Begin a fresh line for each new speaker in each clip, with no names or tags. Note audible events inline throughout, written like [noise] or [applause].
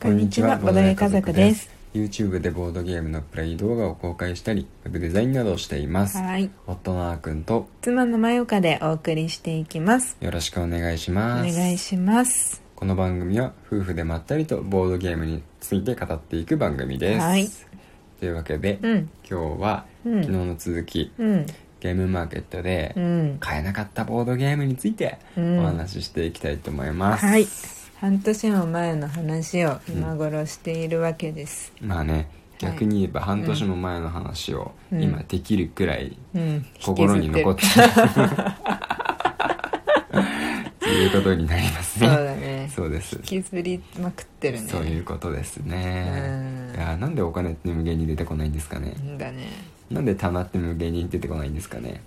こんにちは、ボードゲー家族です。。
YouTube でボードゲームのプレイ動画を公開したり、ウェブデザインなどをしています。
はい、
夫のあーくんと
妻のまよかでお送りしていきます。
よろしくお願いし
お
ます。
願いします。
この番組は夫婦でまったりとボードゲームについて語っていく番組です。
はい
というわけで、
うん、
今日は、
うん
昨日の続き、
うん、
ゲームマーケットで、
うん。
買えなかったボードゲームについて
うん
お話ししていきたいと思います。
はい、半年も前の話を今頃しているわけです。
まあね逆に言えば半年も前の話を
うん
今できるくらい
うん、
心に
[laughs]
残って
引きず
る、ということになります [laughs]
る。そう
ね
だね。
そうです
引きずりまくってるね。
そういうことですね
うん
いやなんでお金って無限に出てこないんですかね
んだね。
なんで棚って無限に出てこないんですかね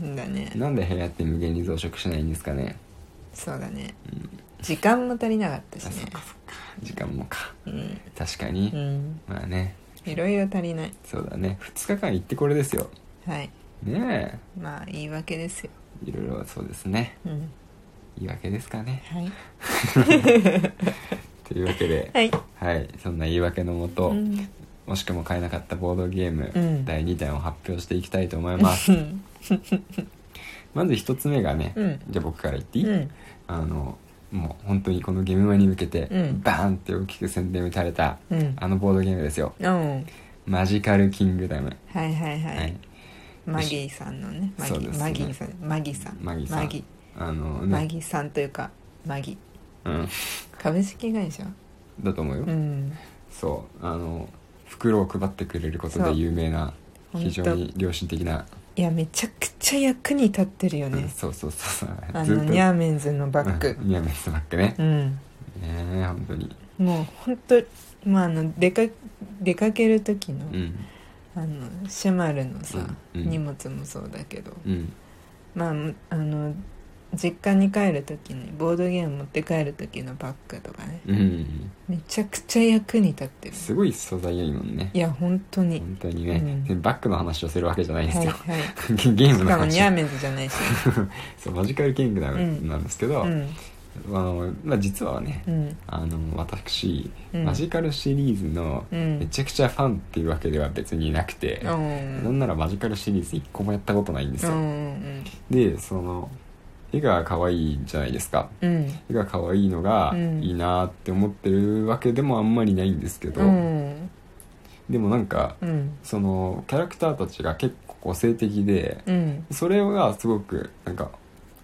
んだね。
なんで部屋って無限に増殖しないんですかね
そうだね。時間も足りなかったし
あそっ
ね
か。そっか時間もか
うん、
確か
う
に
ん、
まあね
いろいろ足りない。
そうだね2日間行ってこれですよ
はい、
ね
まあ言い訳ですよ。
えいろいろそうですね
うん、
言い訳ですかね
はい。
というわけで
はい。
はい、そんな言い訳のもと、
うん
もしくも買えなかったボードゲーム、
うん
第2弾を発表していきたいと思います
[laughs]
まず1つ目がね、
うん
じゃあ僕から言っていい、
うん
あのもう本当にこのゲームマに向けて、
うん
バーンって大きく宣伝打たれた、
うん
あのボードゲームですよ
うん
マジカルキングダム、
はいはいはい、
はい
マギーさんのねマギ
そうで
ー
す
マギーさんマギーさん
マギさん
マギ
あの
ーマギーさんというかマギー
うん、
株式会社
だと思うよ、
うん
そうあの袋を配ってくれること
そ
で
う
有名な
ほんと
非常に良心的な、
いやめちゃくちゃ役に立ってるよ
うん
ね、
そうそうそうそう
あ
ずっ
の
と
ニャーメンズのバッグ
うんニャーメンズバッグね、
うん、
ねえ本当に
もうほんとまああの出か出かける時の,、
うん
あのシェマルのさ、
うんうん
荷物もそうだけど
うん
まああの実家に帰る時にボードゲーム持って帰る時のバッグとかね
うん
めちゃくちゃ役に立ってる
すごい素材良いもんね
いや本当に
本当にね、
う
バックの話をするわけじゃないです
はい
よ、 [laughs]
はい
ゲーム
し
の
かもニ
話
ャーメンズじゃないし
そうマジカルキングダムなんですけど、
うん
あのまあ、実はね、
うん
あの私、
うん
マジカルシリーズの
うん
めちゃくちゃファンっていうわけでは別になくて、
う
なん
ん
ならマジカルシリーズ一個もやったことないんです
う
よ、
ん
でその絵が可愛いじゃないですか
うん
絵が可愛いのが
うん
いいなって思ってるわけでもあんまりないんですけど、
うん
でもなんか
うん
そのキャラクターたちが結構個性的で
うん
それがすごくなんか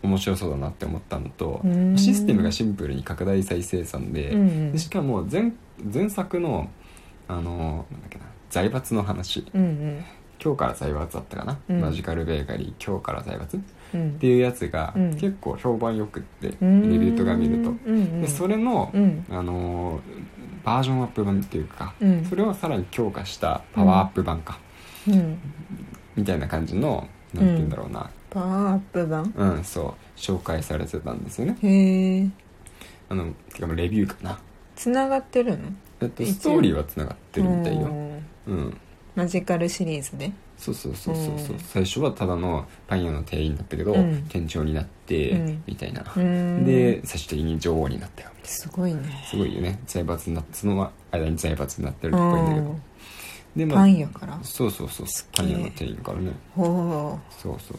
面白そうだなって思ったのと
うん
システムがシンプルに拡大再生産で,、
うん
でしかも前前作のあのなんだっけな財閥の話
うん
今日から財閥だったかな、
うん
マジカルベーカリー今日から財閥っ
うんうん
ていうやつが
うん
結構評判よくって、
うん
レビューとか見ると。
うんうん
でそれの、
うん
あのーバージョンアップ版っていうか、
うん
それをさらに強化したパワーアップ版か、
うん
みたいな感じのなんて言うんだろうな
パワーアップ版
うん、そう紹介されてたんですよね
へえ
あのてかまあレビューかな
つながってるの
えっと
一応
ストーリーはつながってるみたい
う
よ
ん
うん
マジカルシリーズで
そうそうそうそうそう
うん
最初はただのパン屋の店員だったけど、
うん
店長になって、
うん
みたいな
う、ん
で最終的に女王になったよみたい
すごいね
なすごいよね財閥になその間に財閥になってるっ
う
ぽいんだけど
ん
で、
パン屋から
そうそうそう
す
パ
げえ
ン屋の店員からね
ほ
そうそうそう
う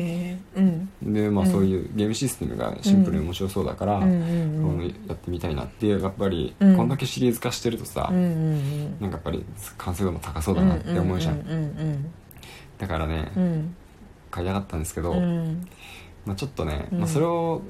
へえうん
でまあ
うん
そういうゲームシステムがシンプルに面白そうだから、
うんうんうん
このやってみたいなってやっぱり、
うん
こんだけシリーズ化してるとさ、
うんうん
なんかやっぱり完成度も高そううんだなって思うじゃん,、
うんうん
だからね、
うんうん
買いたかったんですけ
う
ど、
んうん
まあ、ちょっとね、
うん
まあ、それを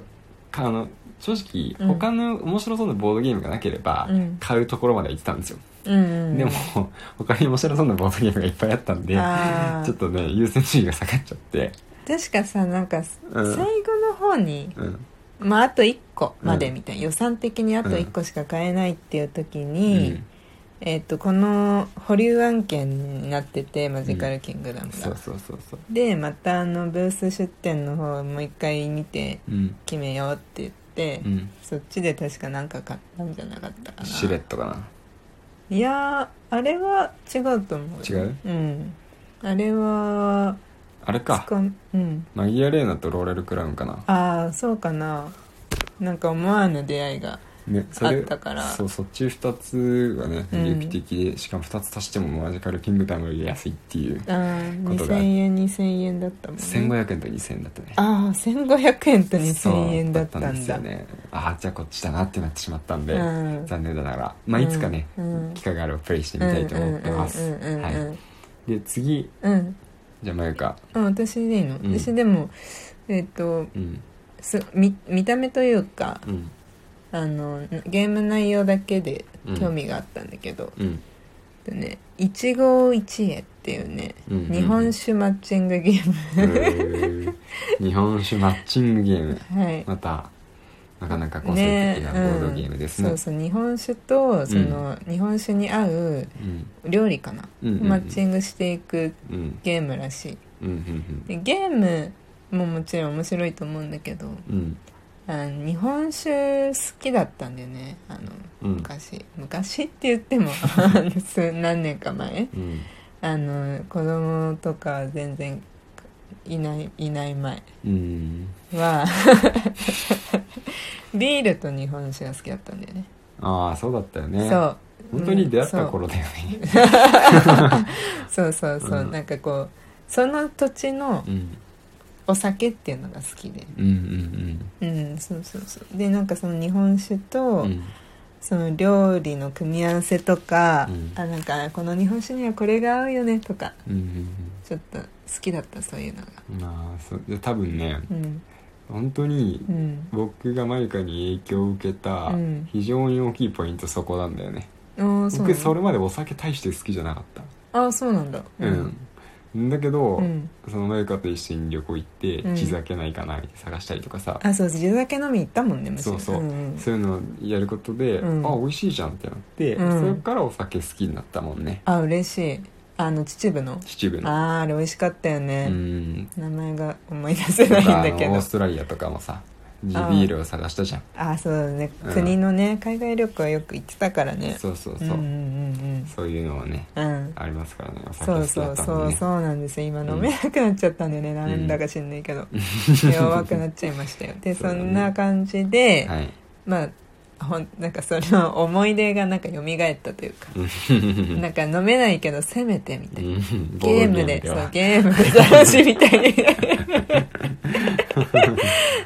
かあの正直
うん
他の面白そうなボードゲームがなければ、
うん
買うところまでは行ってたんですよ、
うんうん
でも [laughs] 他に面白そうなボードゲームがいっぱいあったんで
あー
ちょっとね優先順位が下がっちゃって
確かさなんか
う
最
ん
後の方に、
うん
まああと1個までみたいな、予算的にあと1個しか買えないっていう時に、
うん
えっとこの保留案件になっててマジカルキングダムが、
そうそうそうそう
でまたあのブース出店の方もう一回見て
うん
決めようって言って、
うん
そっちで確か何か買ったんじゃなかったかな
シレットかない
やーあれは違うと思うよ
違う
うんあれは
あれか
つかんうん
マギア・レーナとローレル・クラウンかな
ああそうかななんか思わぬ出会いが
ね、それ
あったから
そうそっち2つがね
うん
有機的で、しかも2つ足してもマジカルキングダムより安いっていう
あー
ことが
2000円2000円だったもんね
1500円と2000円だったね
ああ1500円と
そう
2000円だったんだ
ですよねああじゃあこっちだなってなってしまったんで、
うん
残念ながらまあいつかね、
うん
機会があればプレイしてみたいと思ってます、
うんうんうんうんうん
はいで次
うん
じゃあまゆか
あ私でいいの、
うん
私でもえっ、と
うん
す見見た目というか
うん
あのゲーム内容だけで
うん
興味があったんだけど、
うん
でね一期一会っていうね、
うんうんうん
日本酒マッチングゲーム [laughs]
へー日本酒マッチングゲーム
はい
またなかなか個性的なボードゲームですね
そうそう日本酒とその、日本酒に合う
うん
料理かな、
うん
マッチングしていく
うん
ゲームらしい
うんうん
でゲームももちろん面白いと思うんだけど
うん
あの日本酒好きだったんだよねあの
うん
昔昔って言っても [laughs] あの数何年か前
うん
あの子供とかは全然いないいない前
うん
は [laughs] ビールと日本酒が好きだったんだよね
ああそうだったよね
そう
本当に出会っ
う
た
ん
頃だよね
そうそうそう、
うん
なんかこうその土地の
うん
お酒っていうのが好きで
うんうん
うんそうそうそうでなんかその日本酒
う
と、
んうん
その料理の組み合わせとか、
うん
あなんかこの日本酒にはこれが合うよねとか
うんうん
ちょっと好きだったそういうのが
うんまあそうで多分ね
うん
本当に
うん
僕がマユカに影響を受けた
うん
非常に大きいポイントそこなんだよね
ああそうな
僕
の
それまでお酒大して好きじゃなかった
ああそうなんだ
うん、だけど、
うん
そのマユカと一緒に旅行行って、
うん
地酒ないかなって探したりとかさ、
あそう地酒飲み行ったもんねむし
そ
ろ
うそう、
ん
そういうのをやることで、
うん
あ美味しいじゃんってなって、
うん
それからお酒好きになったもんね
あ嬉しいあの秩父の
秩父の
あああれ美味しかったよ
う
ね、
ん
名前が思い出せ
と
[laughs] ないん
かあ
だ
の
けど
オーストラリアとかもさ地ビ
あ
ールを探したじゃん
ああそうだね
うん
国のね、海外旅行はよく行ってたからね
そうそうそう、
うんうん
そういうのはね
うんうんうん
ありますからねお酒
そ
好
う
きだ
そ
っ
う
た
そ
もん
う
ね
そうなんですよ今
ん
飲めなくなっちゃったんでね、なんだか知んないけど弱くなっちゃいましたよで
そう
そ
だね
んな感じで、
はい
まあほんなんかその思い出がなんか蘇ったというか、なんか飲めないけどせめてみたいな、
うんボ
ゲー
ード
ムで
で
そう
は
ゲームで楽しみたい
[laughs]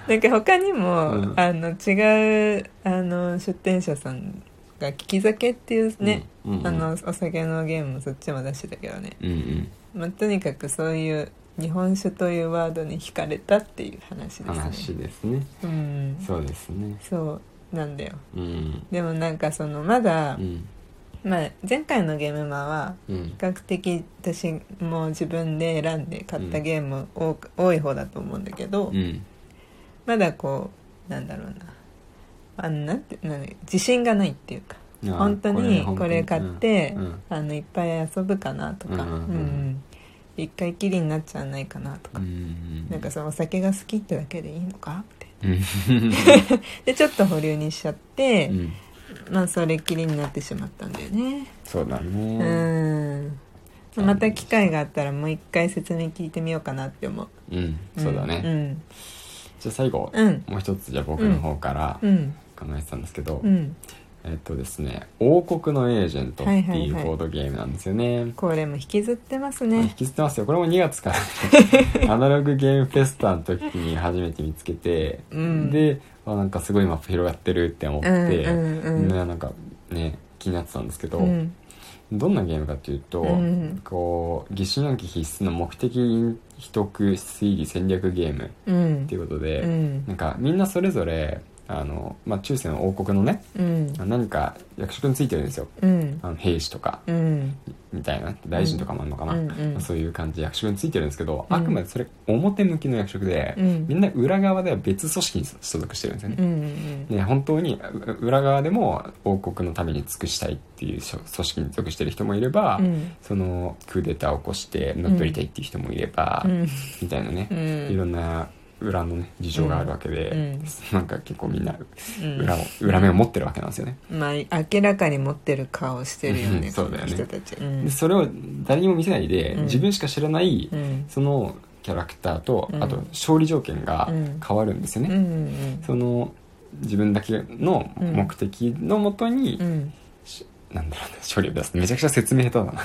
なんか他にも、
うん
あの違うあの出店者さんが「聞き酒」っていうね、
うんうんうん
あのお酒のゲームもそっちも出してたけどね、
うんうん
まあ、とにかくそういう日本酒というワードに惹かれたっていう話ですね
話ですね
うん
そうですね
そうなんだよ
うん
でもなんかそのまだ、
うん
まあ、前回のゲームマは
うん
比較的私も自分で選んで買ったゲーム多く、多い方だと思うんだけど、
うん
まだこうなんだろうなあのなんてなんだ自信がないっていうか
いや
本当に
本
こ
当
れ買って、
うんうん
あのいっぱい遊ぶかなとか、
うんうんうん
うん一回きりになっちゃわないかなと
う
か、
ん
なんかそのお酒が好きってだけでいいのかって
うん
でちょっと保留にしちゃって
う、ん
まあそれっきりになってしまったんだよね
そうだ
う
ね
んまた機会があったらもう一回説明聞いてみようかなって思う
うんそうだね
うん
じゃあ最後
うん
もう一つじゃあ僕の方から
うん
考えてたんですけど
うん
えっとですね「王国のエージェント」っていうボードゲームなんですよね
これも引きずってます
引
ね
きずってますよこれも2月か
[laughs]
らアナログゲームフェスタの時に初めて見つけて
うん
であなんかすごいマップ広がってるって思っ
うん
て
うんうん
ねなんかね気になってたんですけど
うん
どんなゲームかっていうと、
うん
こう疑心暗鬼必須の目的秘匿推理戦略ゲーム
う
ってい
ん
うことで、
うん
なんかみんなそれぞれあの、まあ、中世の王国のね
うん
何か役職についてるんですよ
うん
あの兵士とか
うん
みたいな大臣とかもあるのかな、
うんうん
まあそういう感じで役職についてるんですけど、
うん
あくまでそれ表向きの役職で、
うん
みんな裏側では別組織に所属してるんですよね
う、ん
ね、本当にう裏側でも王国のために尽くしたいっていう所組織に属してる人もいれば、
うん
そのクーデターを起こして乗っ取りたいっていう人もいれば、
うん
みたいなね、
うん
いろんな裏のね事情があるわけで、
うんうん
なんか結構みんな
うん
裏を、裏目を持ってるわけなんですよね。
まあ明らかに持ってる顔してるよ
うん
ね
そうだよね
この人たちう
で
ん
それを誰にも見せないで、
うん
自分しか知らない、
うん
そのキャラクターと、
うん
あと勝利条件が
うん
変わるんですよね。
うんうん
その自分だけの目的のもとに、
うん
しなんだろうな処理を出すめちゃくちゃ説明下手だな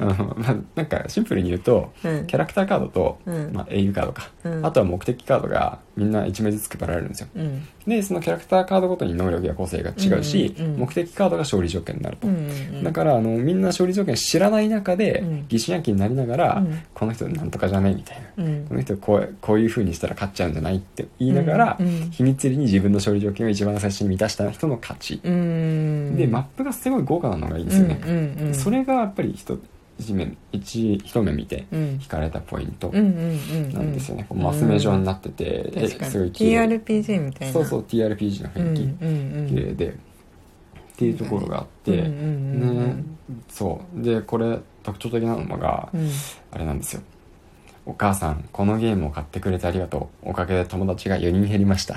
あ
[laughs]
の、まあ、なんかシンプルに言うと
うん
キャラクターカードと、
うん
まあ、英雄カードか、
うん
あとは目的カードがみんな1枚ずつ配られるんですよ
うん
でそのキャラクターカードごとに能力や個性が違うし、
うんうんうん
目的カードが勝利条件になると、
うんうん
だからあのみんな勝利条件知らない中で、
うん
疑心暗鬼になりながら、
うん
この人なんとかじゃないみたいな、
うん
この人こうこういう風にしたら勝っちゃうんじゃないって言いながら、
うんうん
秘密裏に自分の勝利条件を一番最初に満たした人の勝ち、
うん
でマップがすごい豪華なのがいいんですよね、
うんうんうん
それがやっぱり一一面一一目見て
うん
惹かれたポイント
うんうんうんうん
なんですよね、こうマス目状になってて、
うん
え
確かに
すごい綺麗
TRPG みたいな
そうそう TRPG の
うん
雰囲気、
うんうん
綺麗で、っていうところがあって、
うんうんうんうん
ねそうでこれ特徴的なのが、
うん
あれなんですよ「お母さんこのゲームを買ってくれてありがとうおかげで友達が4人減りました」っ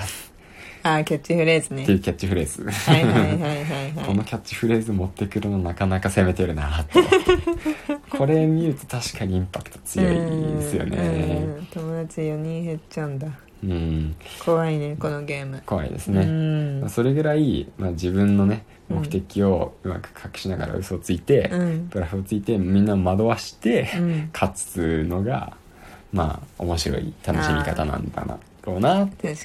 あーキャッチフレーズね
ていうキャッチフレーズ、
はいはいはいはいは
こ
い
のキャッチフレーズ持ってくるのなかなか攻めてるなと思っ
[laughs]
てこれ見ると確かにインパクト強いですよ
うん
ね
うん友達4人減っちゃうんだ
うん
怖いねこのゲーム
怖いです
う
ね、
ん
まあそれぐらい、まあ、自分のね
うん
目的をうまく隠しながら嘘をついて、
うん
ブラフをついてみんなを惑わして、
うん
勝つのがまあ面白い楽しみ方なんだなろうな
確かに
思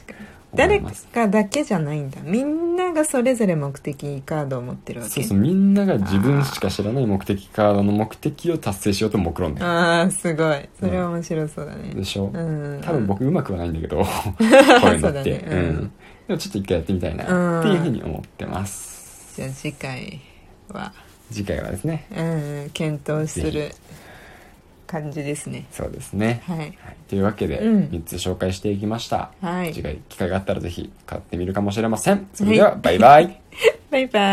誰
います
かだけじゃないんだみんながそれぞれ目的カードを持ってるわけ
そうそうみんなが自分しか知らない目的カードの目的を達成しようと目論んでる
ああすごいそれは面白そうだね
でしょ、
うん
多分僕うまくはないんだ
[laughs]
けどこういう
そ
の
うだ
っ
ね
て、
う
うんんでもちょっと一回やってみたいな
うん
っていうふうに思ってます
じゃあ次回は
次回はですね
うん検討する感じですね
そうですね、
はい
はい、というわけで
うん
3つ紹介していきました、
はい
次回機会があったらぜひ買ってみるかもしれませんそれではバイバイ
バイバイ